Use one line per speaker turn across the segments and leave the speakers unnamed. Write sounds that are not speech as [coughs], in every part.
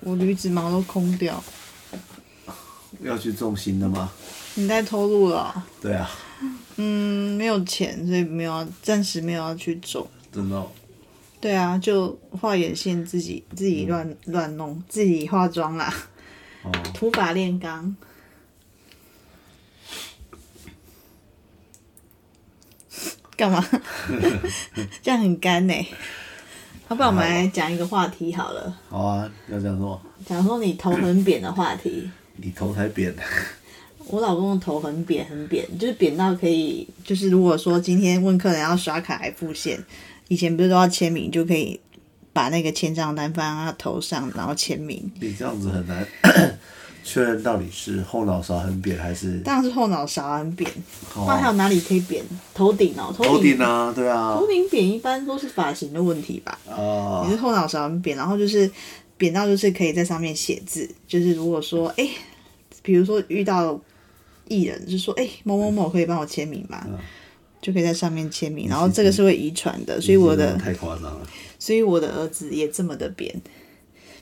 我驴子毛都空掉。
要去种新的吗？
你在偷录了哦、
对啊，
嗯，没有钱，所以没有要，暂时没有要去种。
真的哦、
对啊，就画眼线自己自己乱乱弄，自己化妆啦，
哦
土法炼钢。干嘛？这样很干呢、要不然我们来讲一个话题好了，
好啊，要讲什么？
讲说你头很扁的话题。
你头才扁，
我老公的头很扁，很扁，就是扁到可以，就是如果说今天问客人要刷卡还付现，以前不是都要签名，就可以把那个签账单放在他头上，然后签名。
[laughs] 你这样子很难 [coughs] 确认到底是后脑勺很扁还是
当然是后脑勺很扁，
哦
不然还有哪里可以扁？头顶哦，头
头
顶，
顶啊？对啊，
头顶扁一般都是发型的问题吧？
啊
你是后脑勺很扁，然后就是扁到就是可以在上面写字，就是如果说哎、诶比如说遇到艺人，就说哎、诶某某某可以帮我签名吗？
嗯
就可以在上面签名，然后这个是会遗传的， [laughs] 所以我
你这
的
个太夸张了。
所以我的儿子也这么的扁，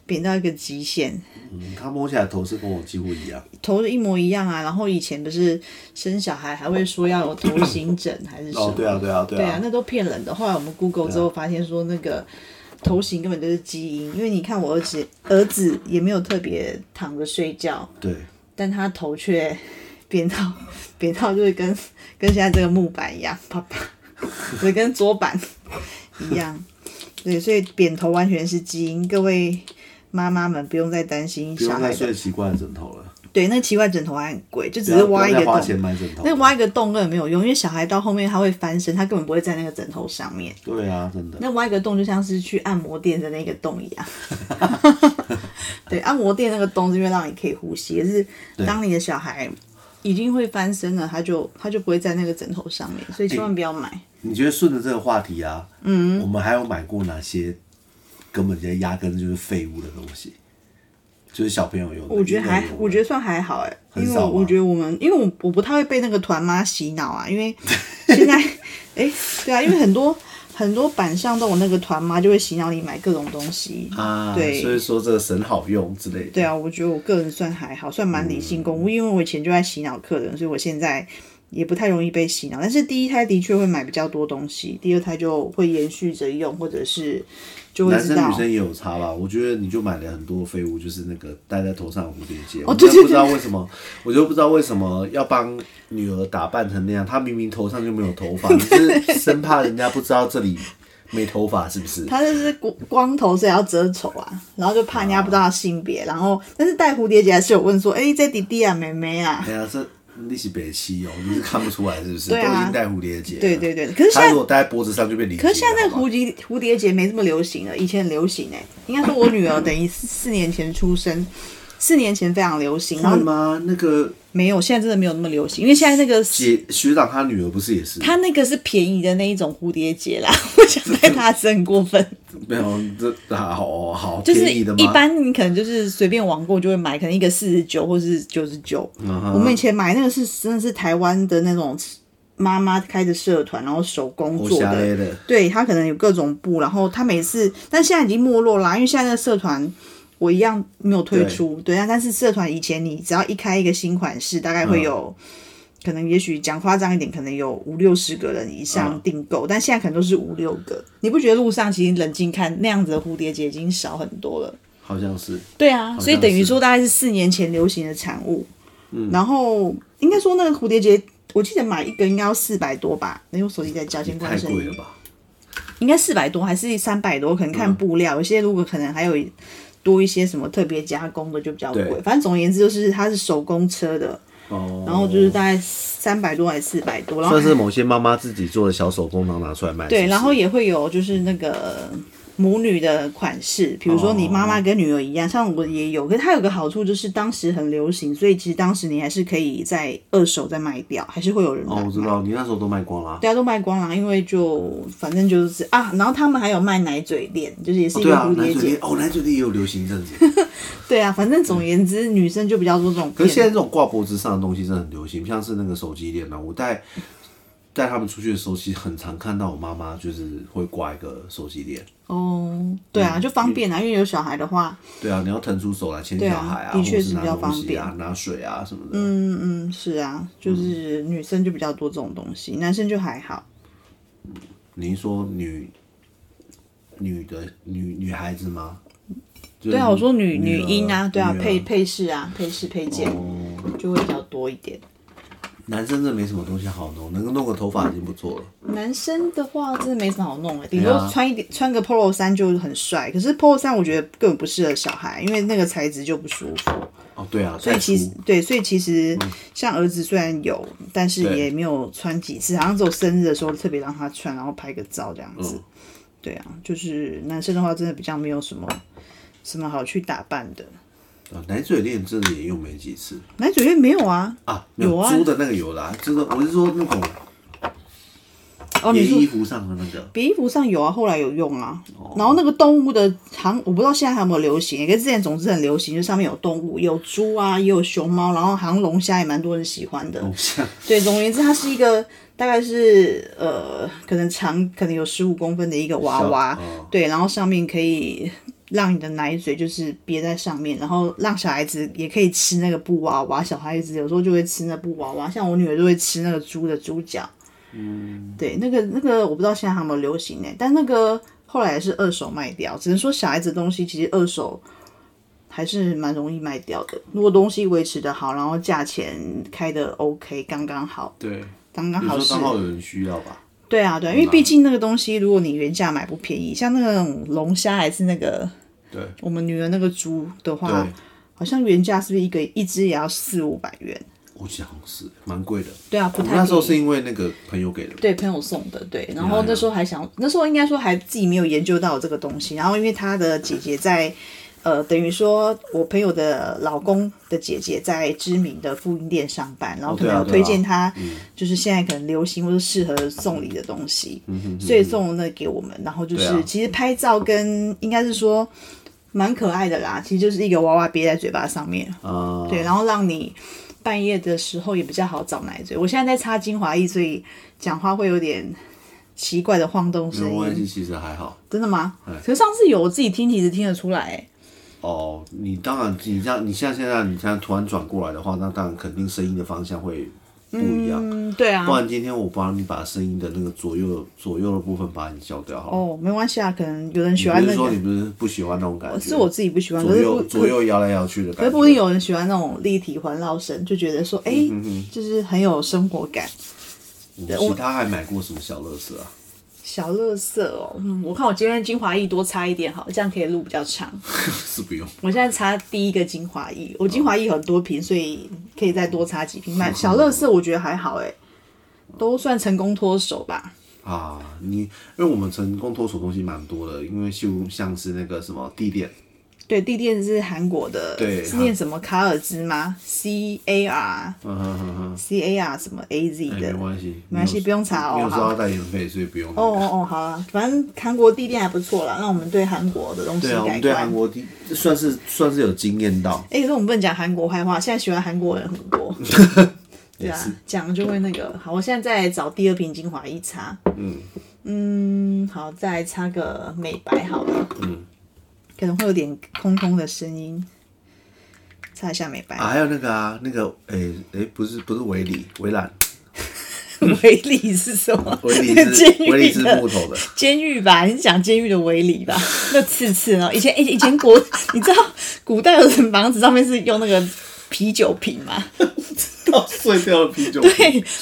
扁到一个极限，
嗯，他摸起来头是跟我几乎一样，
头一模一样啊。然后以前不是生小孩还会说要有头型枕还是什么？
哦对啊对啊啊对啊
对啊，那都骗人的。后来我们 Google 之后发现说，那个头型根本就是基因，因为你看我儿子，儿子也没有特别躺着睡觉，
对，
但他头却扁到 [laughs] 扁到就是跟跟现在这个木板一样，啪啪，就跟桌板一样。对，所以扁头完全是基因，各位妈妈们不用再担心
不
小
用
孩
再
的。
睡奇怪的枕头了，
对，那奇怪枕头还很贵，就只
啊不
是
要
挖一
不
个
要再花
洞。
钱买枕头，
那挖一个洞根本没有用，因为小孩到后面他会翻身，他根本不会在那个枕头上面。
对啊，真的，
那挖一个洞就像是去按摩店的那个洞
[laughs]
一样。对，按摩店那个洞是因为让你可以呼吸，也是当你的小孩已经会翻身了，他就他就不会在那个枕头上面，所以千万不要买。
你觉得顺着这个话题啊，嗯，我们还有买过哪些根本就压根就是废物的东西？就是小朋友用的，
我觉得还
婴儿用，的
我觉得算还好哎、
很
因为
少
我
吗
我觉得我们，因为我我不太会被那个团妈洗脑啊，因
[laughs]
为现在，哎、对啊，因为很多很多板上都有那个团妈就会洗脑你买各种东西
啊，
对
所以说这个神好用之类的，
对啊，我觉得我个人算还好，算蛮理性
嗯
公务，因为我以前就在洗脑客人，所以我现在也不太容易被洗脑。但是第一胎的确会买比较多东西，第二胎就会延续着用，或者是就会
男
知
生
道
女生也有差吧？我觉得你就买了很多废物，就是那个戴在头上的蝴蝶结。
哦对对对
我真的不知道为什么，我就不知道为什么要帮女儿打扮成那样。她明明头上就没有
[laughs]
头发，你是生怕人家不知道这里没头发是不是？
他就是光光头，所以要遮丑啊，然后就怕人家不知道他性别，
啊
然后但是戴蝴蝶结还是有问说，哎、这弟弟啊，妹妹啊，
哎呀，这你是北七哦，你是看不出来是不是？
对啊
都已经戴蝴蝶结了。
对对对，可是现
啊她如
在
果戴在脖子上就变离。
可是现在那个
好吧
蝴蝶蝴蝶结没这么流行了，以前很流行哎、应该说我女儿等于四四年前出生，四年前非常流行，然后
会吗？那个
没有，现在真的没有那么流行，因为现在那个
姐学长他女儿不是也是？
它那个是便宜的那一种蝴蝶结啦， [laughs] 我想戴它是很过
[laughs]
分，
没有这好好
就是
便宜的吗？
一般你可能就是随便网购就会买，可能一个四十九或是九十九。
嗯哼
我们以前买那个是真的是台湾的那种妈妈开的社团，然后手工
我
做
瞎
的，
勒的。
对，它可能有各种布，然后它每次，但现在已经没落啦，因为现在那个社团。我一样没有退出，对啊，但是社团以前你只要一开一个新款式，大概会有，
嗯
可能也许讲夸张一点，可能有五六十个人以上
嗯
订购，但现在可能都是五六个。你不觉得路上其实冷静看那样子的蝴蝶结已经少很多了？
好像是，
对啊，
像
所以等于
是嗯
说大概是四年前流行的产物。然后应该说那个蝴蝶结，我记得买一个应该要四百多吧。那用手机在交先关
太
声
贵
音
了，吧？
应该四百多还是三百多？可能
嗯
看布料，有些如果可能还有多一些什么特别加工的就比较贵
对。
反正总而言之就是它是手工车的，
哦，
然后就是大概三百多还是四百多，然后
算是某些妈妈自己做的小手工，然后拿出来卖。是
对，
不是
然后也会有就是那个母女的款式，比如说你妈妈跟女儿一样，像我也有，可是它有个好处就是当时很流行，所以其实当时你还是可以在二手再卖掉，还是会有人来
哦，我知
买
道你那时候都卖光了啊。
大家都卖光了，因为就反正就是啊，然后他们还有卖奶嘴链，就是也是一
对
个
啊，
蝴
奶
蝶
嘴
结，
链哦，奶嘴链也有流行一阵子。
对啊，反正总而言之，女生就比较多这种
嗯可是现
片。
在这种挂脖子上的东西真的很流行，像是那个手机链啊，我戴带他们出去的时候，其实很常看到我妈妈就是会挂一个手机链。
哦，对
嗯
啊，就方便啊，因为有小孩的话，
对啊，你要腾出手来牵
对啊
小孩啊，
的
或
确
者
是
是拿
比较
东
方
西啊、
便
拿水啊什么的。
嗯嗯，是啊，就是女生就比较多这种东
嗯
西，男生就还好。
你是说女女的女女孩子吗？对
对啊，我说女
嗯女
女婴啊，
儿
对啊，
女儿
配配饰啊，配饰配件
哦，
就会比较多一点。
男生这没什么东西好弄，能够弄个头发已经不错了。
男生的话，真的没什么好弄的，欸顶
对啊
多穿一点穿个 polo 衫就很帅。可是 polo 衫我觉得根本不适合小孩，因为那个材质就不舒服。
哦，对啊，
所
所
以其实对，所以其实像儿子虽然有，但是
嗯对
也没有穿几次，好像只有生日的时候特别让他穿，然后拍个照这样子。
嗯
对啊，就是男生的话，真的比较没有什么什么好去打扮的。
哦奶嘴链真的也用没几次
男主角没有啊？
啊，没
有啊
猪的那个有啦，就是我是说那种
哦，
别
你说
衣服上的那个，
别衣服上有啊，后来有用啊。
哦
然后那个动物的行，我不知道现在还有没有流行，可是之前总之很流行，就上面有动物，有猪啊，也有熊猫，然后好像龙虾也蛮多人喜欢的。
我像
对，总而言之，它是一个大概是呃，可能长可能有十五公分的一个娃娃，
小哦
对，然后上面可以让你的奶嘴就是憋在上面，然后让小孩子也可以吃那个布娃娃，小孩子有时候就会吃那布娃娃，像我女儿就会吃那个猪的猪脚，嗯，对，那个那个我不知道现在还有没有流行呢、但那个后来也是二手卖掉，只能说小孩子的东西其实二手。还是蛮容易卖掉的。如果东西维持的好，然后价钱开的 OK，刚刚好，
对，
刚刚
你
好
说
是
刚好有人需要吧？
对啊，对啊，因为毕竟那个东西，如果你原价买不便宜，像那种龙虾还是那个
对
我们女儿那个猪的话
对，，
好像原价是不是一个一只也要四五百元？
我记得好像是蛮贵的。
对啊，不
我
太
们那时候
便宜
是因为那个朋友给的，
对朋友送的，对。然
哎呀
后
呀
那时候还想，那时候应该说还自己没有研究到这个东西。然后因为他的姐姐在，呃，等于说我朋友的老公的姐姐在知名的复印店上班，然后可
对啊
能有
对啊
推荐他，就是现在可能流行或者适合送礼的东西，
嗯
所以送了那给我们。然后就是、
对啊
其实拍照跟应该是说蛮可爱的啦，其实就是一个娃娃憋在嘴巴上面，
啊，
对，然后让你半夜的时候也比较好找奶嘴。我现在在擦精华液，所以讲话会有点奇怪的晃动
没
声
有关系，哎
音。
其实还好。
真的吗？可是上次有我自己听，其实听得出来、欸。
哦，你当然，你这样，你像现在，你现在突然转过来的话，那当然肯定声音的方向会不一样。
嗯，对啊
不。然今天我帮你把声音的那个左右左右的部分把你消掉好了。
哦，没关系啊，可能有人喜
你
欢
不
那
是说你
个，哦
不是不喜欢那种感觉？
是我自己不喜欢，可
左
是
右
不
左右摇来摇去的
可
感
是
觉。
哎不一定有人喜欢那种立体环绕声，就觉得说，哎、 [laughs] 就是很有生活感。
嗯
对
其
我
他还买过什么小乐色啊？ [laughs]
小乐色哦，嗯，我看我今天精华液多擦一点好，这样可以录比较长。
是不用。
我现在擦第一个精华液，我精华液很多瓶，所以可以再多擦几瓶。买小乐色我觉得还好哎、都算成功脱手吧。
啊，你因为我们成功脱手东西蛮多的，因为就像是那个什么地点，
对，地垫是韩国的，
对
是念什么卡尔兹吗？C A R
嗯哼哼哼，
C A R 什么 A Z
哎
的
没。关系，
没关系
你有
不用查哦
你有收
好
到代言费，所以不用。
哦哦哦，好了，反正韩国地垫还不错啦，让我们对韩国的东西
对啊，我
改
们对韩
观。
国的算是算是有经验到，
哎、可是我们不能讲韩国坏话，现在喜欢韩国人很
[laughs]
多。对啊
是，
讲就会那个。好，我现在再找第二瓶精华一擦。嗯好，再来擦个美白好了。嗯，可能会有点空空的声音，擦一下美白。 [laughs]
啊，还有那个啊，那个诶诶、不是不是围里
[laughs]
围栏，
围里是什么？
围里
监
是
狱
围里是
的
木头的，
[laughs] 监狱吧，你是讲监狱的围篱吧？那刺刺哦，以前以前国， [laughs] 你知道古代有人房子上面是用那个啤酒瓶吗？
到碎掉的啤酒。
对，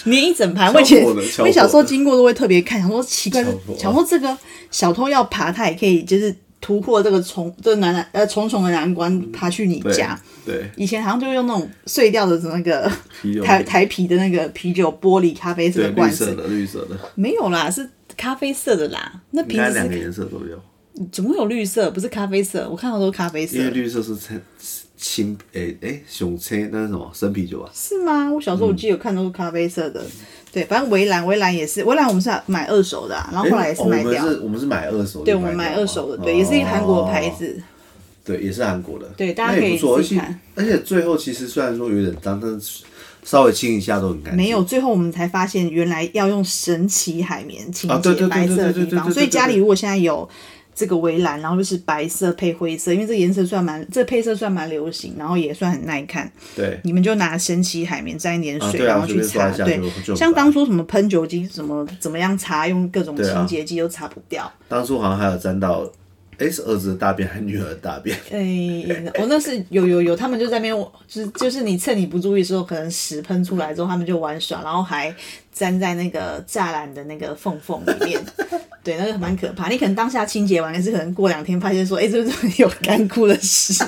粘一整盘。我以前
敲破的敲
我
破的
小时候经过都会特别看，想说奇怪
敲破，的
想说这个小偷要爬，他也可以就是突破这个重这个难难呃重重的难关，爬去你家。
对，
以前好像就用那种碎掉的那个
啤酒
台
瓶
台啤的那个啤酒玻璃咖啡色
对
的
绿
罐
色
子，
的绿色的，
没有啦，是咖啡色的啦。那
应
瓶
该
子
两个
是
颜色都有，
怎么会有绿色？不是咖啡色，我看到都是咖啡色
因。为绿色是青青诶诶熊车那是什么生啤酒啊？
是吗？我小时候我记得有看到是咖啡色
嗯
的，对，反正围栏围栏也是围栏，我们是买二手的啊、然后后来也是
诶
卖
哦、
掉
我。们是我们是买二手的，
对，我们买二手
哦
的，对，也是一个韩国牌子。
对，也是韩国的，
对大家
那也
可以
不错，而
自己
且
看
而且最后其实虽然说有点脏，但是稍微清一下都很干净。
没有，最后我们才发现原来要用神奇海绵清
啊对对
洁
对
白色的
对对对
地
对对
方，
对
所以
对
家里
对
如果现在有。这个围栏，然后就是白色配灰色，因为这颜色算蛮，这配色算蛮流行，然后也算很耐看。
对，
你们就拿神奇海绵沾一点
啊
水，
对啊
然后去擦。
随
对
便刷一下就就，很
像
白
当初什么喷酒精，什么怎么样擦，用各种
对啊
清洁剂都擦不掉。
当初好像还有沾到，哎，是儿子的大便还是女儿的大便？ [laughs]
诶，我、哎哦那是有有有，他们就在那边，就是就是你趁你不注意的时候，可能屎喷出来之后，他们就玩耍，然后还粘在那个栅栏的那个缝缝里面，对，那个蛮可怕。你可能当下清洁完，可是可能过两天发现说，哎、这这里有干枯的屎，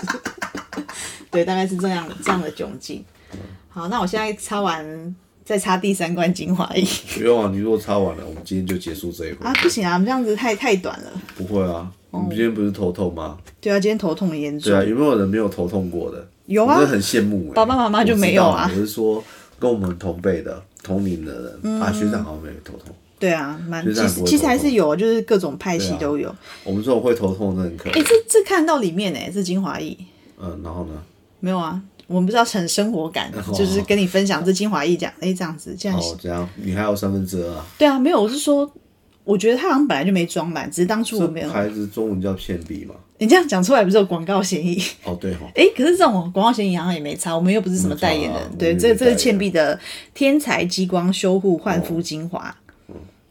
[laughs] 对，大概是这样这样的窘境。好，那我现在擦完，再擦第三罐精华液
不用啊，你如果擦完了，我们今天就结束这一回。
啊，不行啊，我们这样子太太短了。
不会啊，你今天不是头痛吗？
对啊，今天头痛很严重
对。啊，有没有人没有头痛过的？
有啊
我真的很羡慕、欸。
爸爸妈妈就没有啊
我知道我是说跟我们同辈的、同龄的人、
嗯
啊，学长好像没有头痛。
对啊，蛮
就是
其
让你
实
不会
其实还
头痛
是有，就是各种派
对
系
啊
都有。
我们这种会头痛的人可
哎、这这看到里面哎、是精华液
嗯，然后呢？
没有啊？我们不是要很生活感，
哦
[laughs] 就是跟你分享这精华液讲，哎、这样子，这样
哦，这样你还有三分之二啊。
对啊，没有，我是说，我觉得它好像本来就没装满，只是当初我没有。
牌子中文叫铅笔嘛？
你这样讲出来不是有广告嫌疑？ [laughs]
哦，对哈，
哎、可是这种广告嫌疑好像也没差，我们又不是什么代言人。
没差啊我
对，
们
这
也
这是
没代言人哦
倩碧的天才激光修护焕肤精华。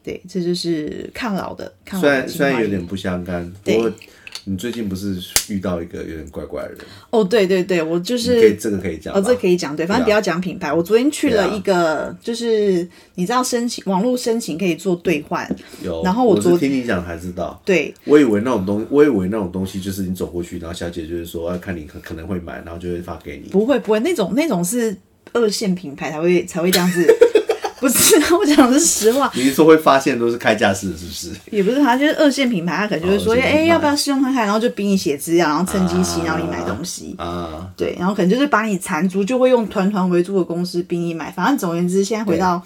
对，这就是抗老的抗老
嗯虽
的
然
精
虽
华
然有
液。
点不相干，不
啊对
过你最近不是遇到一个有点怪怪的人？
哦，对对对，我就是
可以这个可以讲吧。
哦，这可以讲对，
啊
反正不要讲品牌。我昨天去了一个，就是你知道申请网络申请可以做兑换，
有。
然后我
我
昨
是听你讲才知道。
对
我以为那种东，我以为那种东西就是你走过去，然后小姐就是说，啊、看你可可能会买，然后就会发给你。
不会不会，那种那种是二线品牌才会才会这样
[laughs]
子，不是我讲的是实 [laughs] 话，
你是说会发现都是开架式的，是不是？
也不是他就是二线品牌，他可能就会说，
哦二
哎、
线品牌
要不要试用看看，然后就逼你写资料，然后趁机吸让你买东西。
啊，
对，然后可能就是把你缠足，就会用团团围住的公司逼你买。反正总而言之，现在回到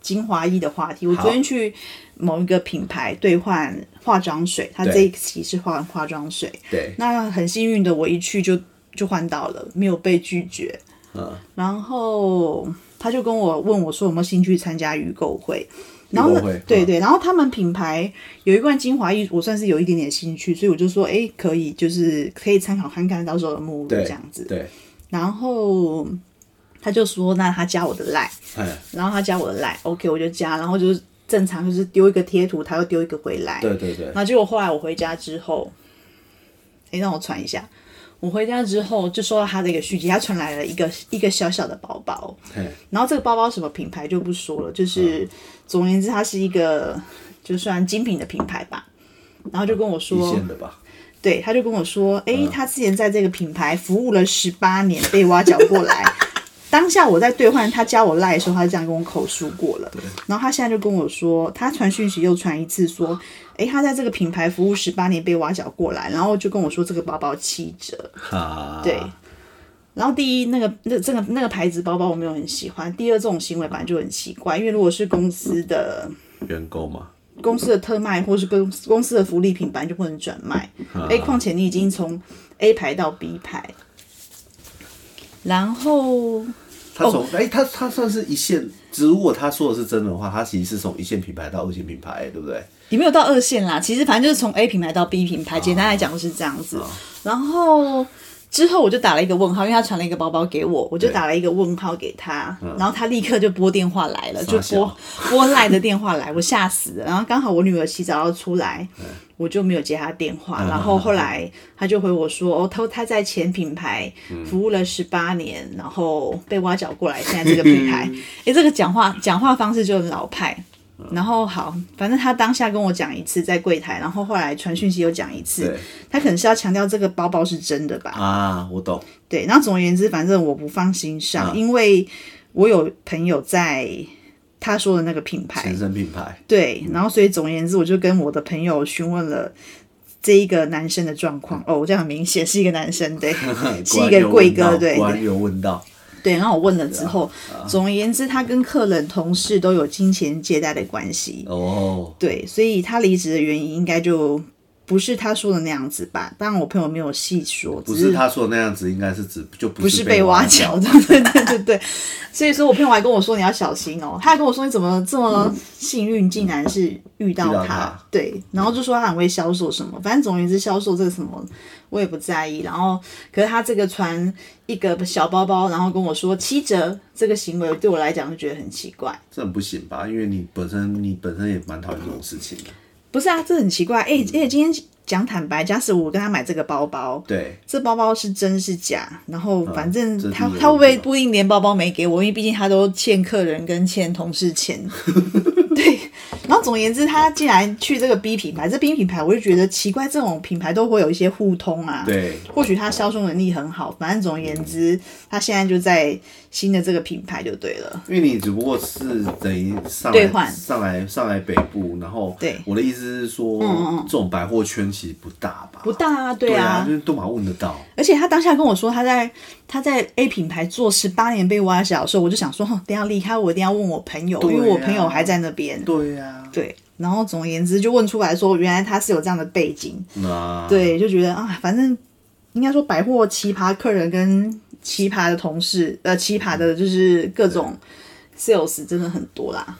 精华液的话题，我昨天去某一个品牌兑换化妆水，它
对
这一期是换化妆水。
对，
那很幸运的，我一去就就换到了，没有被拒绝。
嗯，
然后他就跟我问我说有没有兴趣参加预购会。然后
预购会
呢
嗯，
对对，然后他们品牌有一罐精华液，我算是有一点点兴趣，所以我就说，哎，可以，就是可以参考看看到时候的目录
对，
这样子。
对，
然后他就说，那他加我的 line，
哎，
然后他加我的 line，OK，、我就加，然后就是正常就是丢一个贴图，他又丢一个回来，
对对对
然，后结果后来我回家之后，哎，让我传一下。我回家之后就收到他的一个续集，他传来了一个一个小小的包包，
哎，
然后这个包包什么品牌就不说了，
嗯
就是、总而言之，它是一个就算精品的品牌吧。然后就跟我
一
说，
线的吧，
对，他就跟我说，诶，他之前在这个品牌服务了十八年，被挖角过来。当下我在兑换他加我赖的时候，他就这样跟我口述过了。然后他现在就跟我说，他传讯息又传一次说，诶，他在这个品牌服务十八年被挖角过来，然后就跟我说这个包包七折。
哈，
对，然后第一，那个那这个那个牌子包包我没有很喜欢；第二，这种行为本来就很奇怪，因为如果是公司的
员工嘛，
公司的特卖或是公公司的福利品牌就不能转卖。
啊
哎、况且你已经从 A 牌到 B 牌，然后
他
哦
从哎、他他算是一线，只如果他说的是真的话，他其实是从一线品牌到二线品牌，对不对？
也没有到二线啦，其实反正就是从 A 品牌到 B 品
啊
牌，简单来讲就是这样子。然后之后我就打了一个问号，因为他传了一个包包给我，我就打了一个问号给他，然后他立刻就拨电话来了，就
啊傻笑
拨拨 [laughs] 赖的电话来，我吓死了。然后刚好我女儿洗澡要出来。
啊
我就没有接他电话，然后后来他就回我说：“哦，他他在前品牌服务了十八年，然后被挖角过来，现在这个品牌，诶，这个讲话讲话方式就很老派。”然后好，反正他当下跟我讲一次在柜台，然后后来传讯息又讲一次
对，
他可能是要强调这个包包是真的吧？
啊，我懂，
对，然后总而言之，反正我不放心上，因为我有朋友在他说的那个品牌
前，身品牌，
对，然后所以总而言之，我就跟我的朋友询问了这一个男生的状况。哦，这样很明显是一个男生，
[laughs]
对，是一个贵哥，对
果然有啊问到，
对。然后我问了之后，总而言之，他跟客人、同事都有金钱借贷的关系。
哦，
对，所以他离职的原因应该就不是他说的那样子吧？当然我朋友没有细说，
不
只
是他说的那样子，应该是指就不
不
是
是被挖角
角
的， [laughs] 对对对对。所以说我朋友还跟我说你要小心哦，他还跟我说你怎么这么幸运，竟然是遇到
嗯
他。
遇到他
对，然后就说他很会销售什么，反正总而言之，销售这个什么我也不在意。然后，可是他这个传一个小包包，然后跟我说七折，这个行为对我来讲就觉得很奇怪。
这很不行吧？因为你本身你本身也蛮讨厌这种事情的，
不是啊，这很奇怪。哎、而
嗯
且今天讲坦白，假使我跟他买这个包包，
对，
这包包是真是假，然后反正
嗯这是
他、
你的
他会不会
问题吧
不一定连包包没给我？因为毕竟他都欠客人跟欠同事钱。
[laughs]
对，然后总而言之，他既然去这个 B 品牌，这 B 品牌我就觉得奇怪，这种品牌都会有一些互通啊。
对
或许他销售能力很好，反正总而言之，他现在就在新的这个品牌就对了。
因为你只不过是等于上
兑换
来上来上来北部，然后
对
我的意思是说，这种百货圈其实不大吧？
不大啊，对
对
啊，
啊，就是都马问得到，
而且他当下跟我说他在他在 A 品牌做十八年被挖角的时候，我就想说，哼等一下离开我一定要问我朋友，
对啊
因为我朋友还在那边。
对啊呀，
对，然后总而言之就问出来说，原来他是有这样的背景，
那
对，就觉得啊，反正应该说百货奇葩客人跟奇葩的同事，呃，奇葩的就是各种 sales 真的很多啦。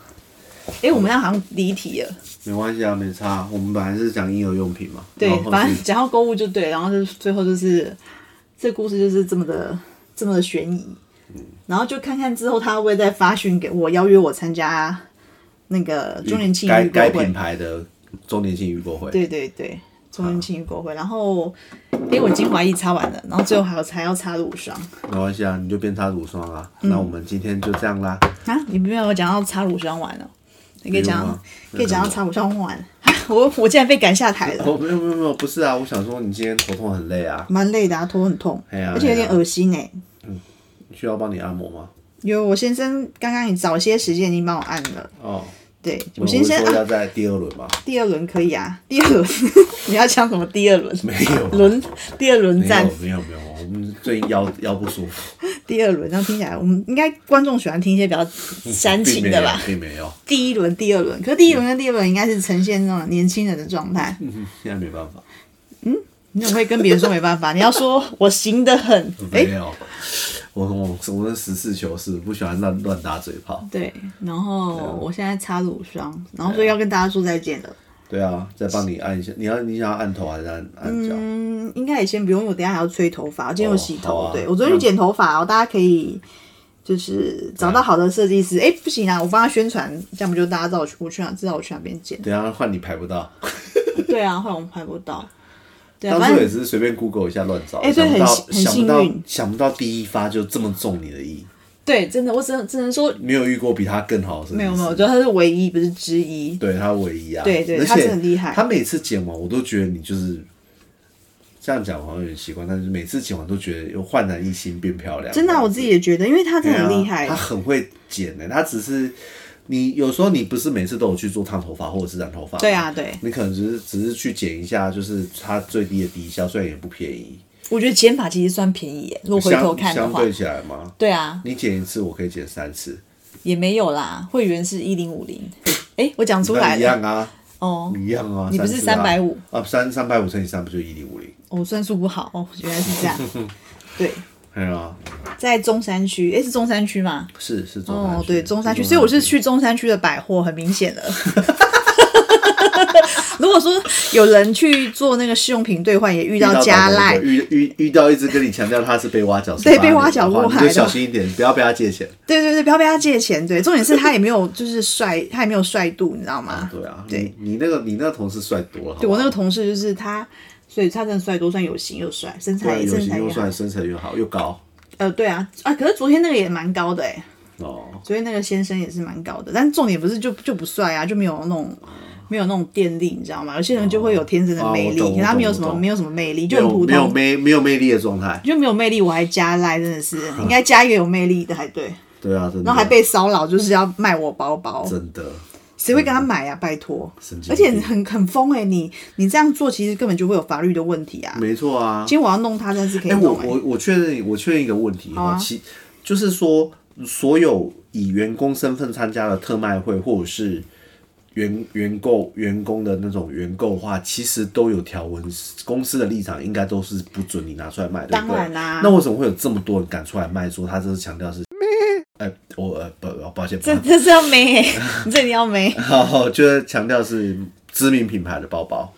哎，我们俩好像离题了，
没关系啊，没差。我们本来是讲婴儿用品嘛，
对
然后，后
反
续
正讲到购物就对，然后就是最后就是这故事就是这么的这么的悬疑，
嗯
然后就看看之后他会不会再发讯给我，邀约我参加那个周年庆
该
预购
该
会
品，牌的周年庆预购会，
对对对，周年庆预购会，然后因为我精华液擦完了，然后最后还有还要擦乳霜
没关系啊，你就变擦乳霜啊。
嗯
那我们今天就这样啦，
啊，你没有讲到擦乳霜完了，你可以
不用
讲
啊
可以讲到
那
擦乳霜完， [laughs] 我我竟然被赶下台了。
哦，没有没有没有，不是啊，我想说你今天头痛很累啊，
蛮累的啊，头很痛，
哎呀
而且有点
哎呀
恶心哎、
需要帮你按摩吗？
有我先生刚刚你早些时间已经帮我按了，
哦，
对
我
我先生
会说
啊，
要在第二轮吧，
第二轮可以啊， [laughs] 第二轮你要讲什么？第二轮
没有啊
轮第二轮
没
战
有，没有没有，我们最近腰腰不舒服，
第二轮，这样听起来我们应该观众喜欢听一些比较煽
并
情
没
的
有
吧？
并没有，
第一轮、第二轮，可是第一轮跟第二轮应该是呈现那种年轻人的状态。
嗯现在没办法，
你怎么会跟别人说没办 [laughs] 法？你要说我行得很，哎、
没有，我我我是实事求是，不喜欢乱乱打嘴炮。
对，然后我现在擦乳霜，然后所以要跟大家说再见了。
对啊，再帮你按一下，你要你想要按头还是按按脚？
嗯，应该也先不用，我等一下还要吹头发，我今天有洗头，
哦好啊？
对我昨天去剪头发哦，大家可以就是找到好的设计师，哎、不行啊，我帮他宣传，这样不就大家知道我去我去哪，知道我去哪边剪
等一下换你排不到，
对啊，后来我们拍不到，对啊，
当
反
初也
正
只是随便 Google 一下乱找，
哎对
想不到
很幸
想不
很
到
幸运
想不到第一发就这么中你的意，
对，真的，我只能只能说
没有遇过比他更好的设计师，
没有没有，我觉得他是唯一，不是之一。
对他唯一啊，
对对
而且
他真的很厉害
他每次剪完我都觉得你就是这样讲，好像有点奇怪，但是每次剪完都觉得又焕然一新，变漂亮，
真的啊、我自己也觉得，因为他真的
对啊
很厉害。
他很会剪的、他只是。你有时候你不是每次都有去做烫头发或者是染头发，
对啊对
你可能只是只是去剪一下，就是它最低的低消，虽然也不便宜，
我觉得剪发其实算便宜耶，如果回头看的
相
话
相，对起来嘛，
对啊，
你剪一次我可以剪三次，
也没有啦，会员是一零五零，哎，我讲出
那
来
一
了
样啊，
哦，
一样啊，
你不是
三次啊
350
啊？三三百五乘以三不就一零五零？
我算数不好哦，原来 [laughs] 是这样，对。
对啊，
在中山区，诶，是中山区吗？
是是中山
哦
区，
对，中山区，所以我是去中山区的百货，很明显的。 [laughs] 如果说有人去做那个试用品兑换，也遇
遇到
加
倒
赖
霉，鬼遇遇遇到一只跟你强调他是
[laughs]
被挖角，
对
是吧
被挖角过
你
海
就
的
小心一点，不要被他借钱。
对对对，不要被他借钱。对，重点是他也没有就是帅，他也没有帅度，你知道吗？
对啊，
对
你你那个你那个同事帅多了，好不好
对我那个同事就是他，所以他真的帅多，算有型又帅，身材
对有
身
型
材
又
也好
帅，。身材又好又高
呃，对啊，啊，可是昨天那个也蛮高的哎、
哦，
昨天那个先生也是蛮高的，但重点不是就就不帅啊，就没有那种。没有那种电力，你知道吗？有些人就会有天生的魅力，
哦我懂
可他没有
我
什么
懂我懂
没有什么魅力，就
没
很
有
普
没有
通，
魅没有魅力的状态，
就没有魅力。我还加赖，真的是
嗯
应该加一个有魅力的才对。
对啊，真的，
然后还被骚扰，就是要卖我包包，
真的
谁会跟他买啊？拜托
神，经
而且
病
很很疯哎、你你这样做其实根本就会有法律的问题啊！
没错啊，
今天我要弄他，真的是可以
哎、我
弄哎、
我我确认，我确认一个问题
啊
哈，其就是说，所有以员工身份参加的特卖会，或者是员员购员工的那种员购的话，其实都有条文，公司的立场应该都是不准你拿出来卖，对不对？
当然啦
那为什么会有这么多人敢出来卖？说他这是强调是，哎、我呃不，抱歉， [laughs]
这这是要没，你 [laughs] 这里要没。
然后就是强调是知名品牌的包包。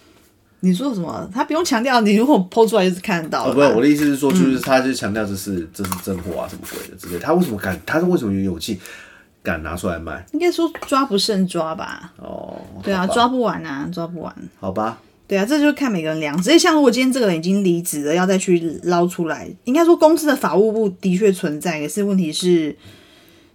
你说什么？他不用强调，你如果剖出来就是看得到
哦，
了
不
吧。
是我的意思是说，
嗯
就是他就强调这是这是真货啊，什么鬼的之类的。他为什么敢？他是为什么有勇气敢拿出来卖？
应该说抓不胜抓吧？
哦，
对啊，
好吧
抓不完啊，抓不完。
好吧，
对啊，这就是看每个人量。所以像如果今天这个人已经离职了，要再去捞出来，应该说公司的法务部的确存在，可是问题是，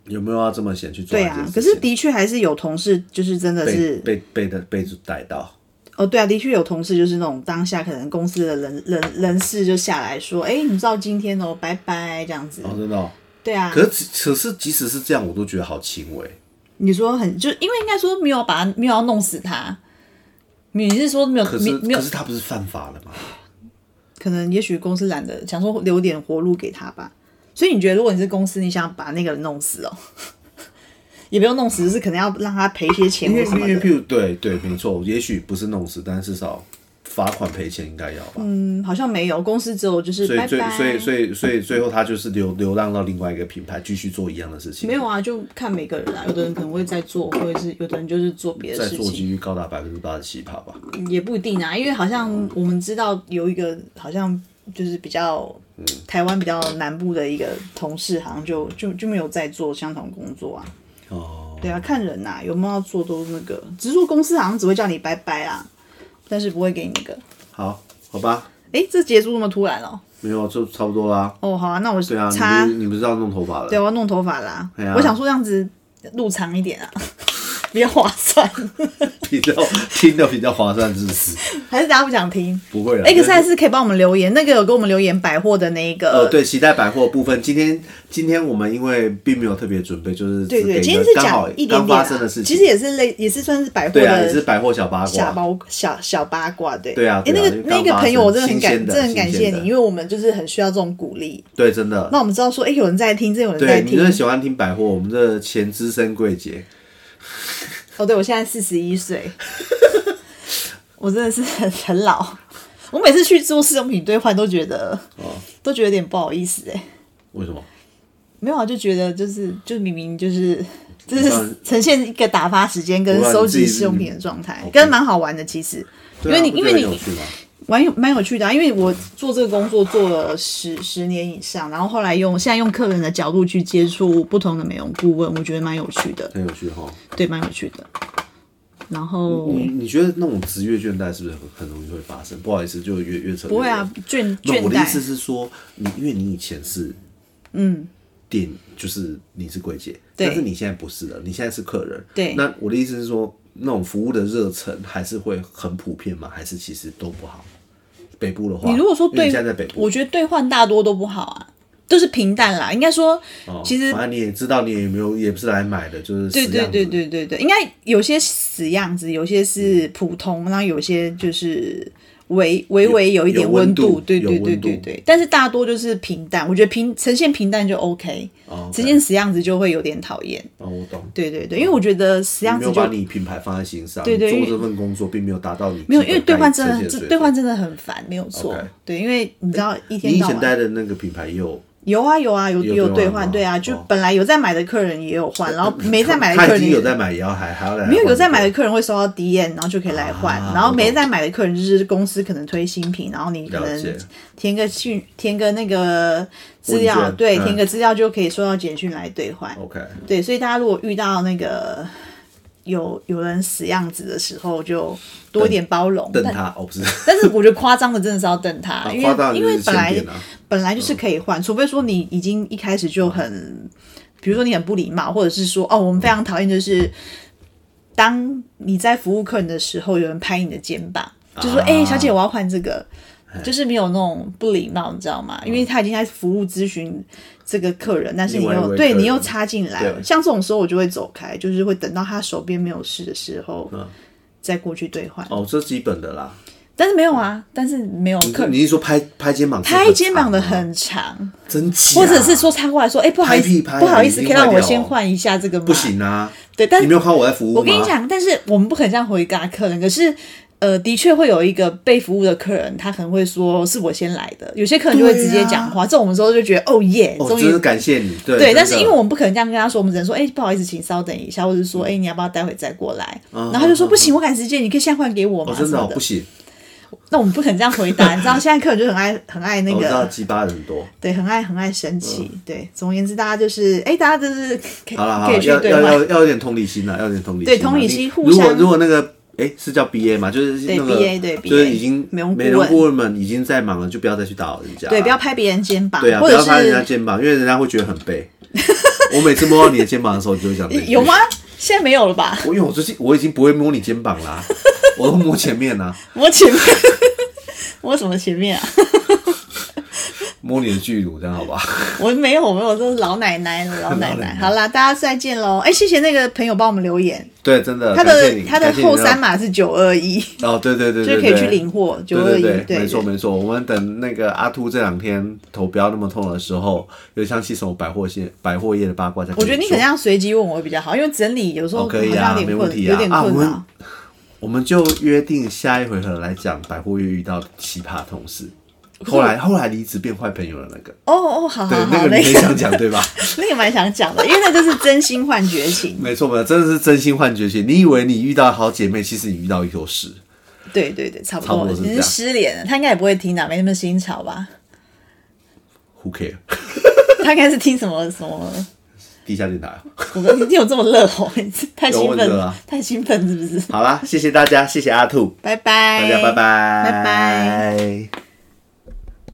有没有要这么闲去做
对
这件
啊
事情？，
可是的确还是有同事就是真的
被
是，
被被的被逮到，
哦，对啊，的确有同事就是那种当下可能公司的人人人事就下来说，哎，你知道今天哦，拜拜这样子。
哦，真的、哦。
对啊，
可是可是即使是这样，我都觉得好轻微。
你说很就因为应该说没有把他没有要弄死他，你是说没有
可
没
是
没有
可是他不是犯法了吗？
可能也许公司懒得想说留点活路给他吧。所以你觉得，如果你是公司，你想把那个人弄死哦， [laughs] 也不用弄死，就是可能要让他赔一些钱
因为
或什
哦因
么
为
的。
譬如对对没错，也许不是弄死，但至少罚款赔钱应该要吧。
嗯，好像没有，公司只有就是
所
拜
以最
拜。
所以所以所以最后他就是流流浪到另外一个品牌，继续做一样的事情。
没有啊，就看每个人啊，有的人可能会在做，或者是有的人就是做别的
在
事
做几
情，
率高达百分之八十七趴吧。
也不一定啊。因为好像
嗯
我们知道有一个好像就是比较
嗯
台湾比较南部的一个同事，好像就就就没有在做相同工作啊。
哦，
对啊，看人呐、有没有要做都那个，只是说公司好像只会叫你拜拜啦，但是不会给你那个。
好，好吧，
诶，这结束那么突然哦、
没有就差不多啦。
哦，好啊，那我
对啊，
擦，
你不是你不是要弄头发了？
对，我要弄头发啦。
对啊
我想说这样子路长一点啊， [laughs] 比较划算。 [laughs]
比较 [laughs] 听的比较划算，是不是？
还是大家不想听？
不会了。啊
诶，可是还
就是
可以帮我们留言，那个有给我们留言百货的那一个。
呃，对，期待百货的部分，今天今天我们因为并没有特别准备，就是
对
只给
对，
一
今
个
天是
刚好
讲一点
刚
点、
发
啊
生的事，情，
其实也是类，也是算是百货
对啊，也是
的
百货小八
小
卦，
包小小八卦，对。
对啊
诶
对啊
那个
因为
那个
刚发
朋友，
生
我真的很
新
感，
鲜的
真的很感
新
谢
鲜的
你，因为我们就是很需要这种鼓励。
对，真的
那。我们知道说，哎、有人在听，这有人在
对，你
听
真。的喜欢听百货，我们这前资深柜姐，
哦，对，我现在四十一
[laughs]
岁，我真的是很很老。我每次去做试用品兑换，都觉得
哦，
都觉得有点不好意思哎、
为什么？
没有啊，就觉得就是就明明就是就
知道
是呈现一个打发时间跟
我知道
收
你自己嗯
集试用品的状态，跟蛮好玩的其实。因
对啊
为你
不
因
觉得
为
很
你
有趣吗？
蛮有蛮有趣的、啊，因为我做这个工作做了十十年以上，然后后来用现在用客人的角度去接触不同的美容顾问，我觉得蛮有趣的，
很有趣哈。
对，蛮有趣的。然后
你你觉得那种职业倦怠是不是很很容易会发生？不好意思，就越越扯越
不会啊
远。，
倦
那
倦
我的意思
怠。
是说，你因为你以前是
嗯，
店，就是你是柜姐，
对
但是你现在不是了，你现在是客人。
对
那我的意思是说，那种服务的热忱还是会很普遍吗？还是其实都不好？北部的话，
你如果说
啊因为
对
你现在在北，部，
我觉得兑换大多都不好啊，都是平淡啦。应该说，
哦
其实
反正你也知道，你也没有，也不是来买的，就是
对
死
对
样
对
子，
对对对，应该有些死样子，有些
嗯
是普通，然后有些就是微微微有一点
有温
度，
度
对
有
对对
温度
对对。但是大多就是平淡，我觉得平呈现平淡就 OK，
哦，
呈现死样子就会有点讨厌。
哦，我懂。
对对对，因为我觉得死
你
样
没
子
有
就
把你品牌放在心上，
对对
你
因为
做这份工作并没有达到你
没有，
基
因
本
为兑换真
该呈现
的
水
兑
准
换真的很烦，没有错
OK。
对，因为你知道一
你
天
以
到
前
晚。
待的那个品牌也有，
有啊有啊有
有
有
兑
兑
换
换，
吗
对啊，就
哦
本来有在买的客人也有换，然后没在买的
[laughs] 他
客
已
人
经
也
有在买，也要还还要来换，
没有有在买的客人会收到 DM，然后就可以来换，
啊
然后
我
没
懂
在买的客人就是公司可能推新品，然后你可
了解
能填个讯填个那个资料，
问卷
对，
嗯哦
填个资料就可以收到简讯来兑换，
OK，
对，所以大家如果遇到那个有有人死样子的时候，就多一点包容，
瞪
但
他哦不是，
但是我觉得夸张的真的是要瞪他，啊
[laughs]
因
夸大
为
的
因
就
为
是
本来
欠扁啊
本来就是可以换，除非说你已经一开始就
嗯
很，比如说你很不礼貌，或者是说哦，我们非常讨厌就是，当你在服务客人的时候，有人拍你的肩膀，就说
啊哎
哎、小姐，我要换这个。就是没有那种不礼貌，你知道吗？因为他已经在服务咨询这个客人，但是你
嗯另外一
又
位
对
客人
你又插进来，
对
像这种时候我就会走开，就是
嗯
会等到他手边没有事的时候，再过去兑换。
哦，这是基本的啦，
但是没有啊，但是没有
你
客
是你是说拍拍肩膀？
拍肩膀的
很长吗，
很长，
真假？
或者是说他过来说，哎、不好意
拍屁
思，
拍啊
不好意思，
你已
可
经
以让
坏
我
掉哦
先换一下这个吗？
不，行啊？
对，但
你没有看到我在服务吗？
我跟你，讲，但是我们不可能这样回答客人，可是。呃，的确会有一个被服务的客人，他可能会说是我先来的，有些客人就会直接讲话，这种我们时候就觉得哦耶，
啊哦，
终于
真的感谢你。对
对，
对，
但是因为我们不可能这样跟他说，我们只能说，哎、不好意思，请稍等一下，或者说，哎、你要不要待会再过来？
嗯
然后他就说，不行，我赶时间，你可以现在换给我嘛、
哦真
什
的
么
哦
的
不。行，
那我们不可能这样回答，你知道，现在客人就很爱很爱那
哦我知道
个，
鸡巴人多。
对，很爱很爱生气。对，总而言之，大家就是，哎、大家就是可以
嗯好了好
可
了，
以去
要
对
要
话。
要要有点同理心啦，要有点同理心啦。
对同理心
你
互
如果
相
如果那个哎是叫 B A 嘛，就是
对
那个
BA 对
就是
BA
已经
美容顾问
美容顾问们已经在忙了，就不要再去打扰人家啦。
对，不要拍别人肩膀，
啊对啊，
或
不
者
要拍人家
是
肩膀，因为人家会觉得很背。 [laughs] 我每次摸到你的肩膀的时候，你就会想这一句
[laughs] 有吗？现在没有了吧？
我因为我最近我已经不会摸你肩膀
[laughs]
啦、我都摸前面啦、
我前面， [laughs] 我什么前面啊？ [laughs]
摸你的巨乳，这样好吧？
我没有，我没有，都是老奶奶了，老奶
老奶
奶。
奶
好啦，大家再见喽！哎、谢谢那个朋友帮我们留言。
对，真的，
它
哦感谢
的
你
它的
感谢你
后三码是九二一，
让哦，对对对
就
对
是
对，
可以去领货九
对
二
对
一，
对，
对，
没错没错。我们等那个阿秃这两天头不要那么痛的时候，有详细什么百货线百货业的八卦再跟
我觉得你可
说
能要随机问我会比较好，因为整理有时候
哦
好像
可
有
以啊
点
没
困，
问题啊
有点
啊
困
我
扰。
们我们就约定下一回合来讲百货业遇到的奇葩同事。后来后来离职变坏朋友的那个，
哦哦，好好
对，
好，
那个
那
你很
个
想讲对吧？ [laughs]
那个蛮想讲的，因为那就是真心换绝情。
没错，没错，真的是真心换绝情。你以为你遇到好姐妹，其实你遇到一坨屎。
对对对，差不
差
多
不多是这
你
样
是失联了，他应该也不会听的，没那么新潮吧？
Who care？
他应该是听什么什么？
地下电台。
我们你有这么热红？你是太
有
兴
问
奋
题
了
啊，
太兴奋是不是？
好啦，谢谢大家，谢谢阿兔，
哎拜拜，
大家拜拜，
拜拜
拜。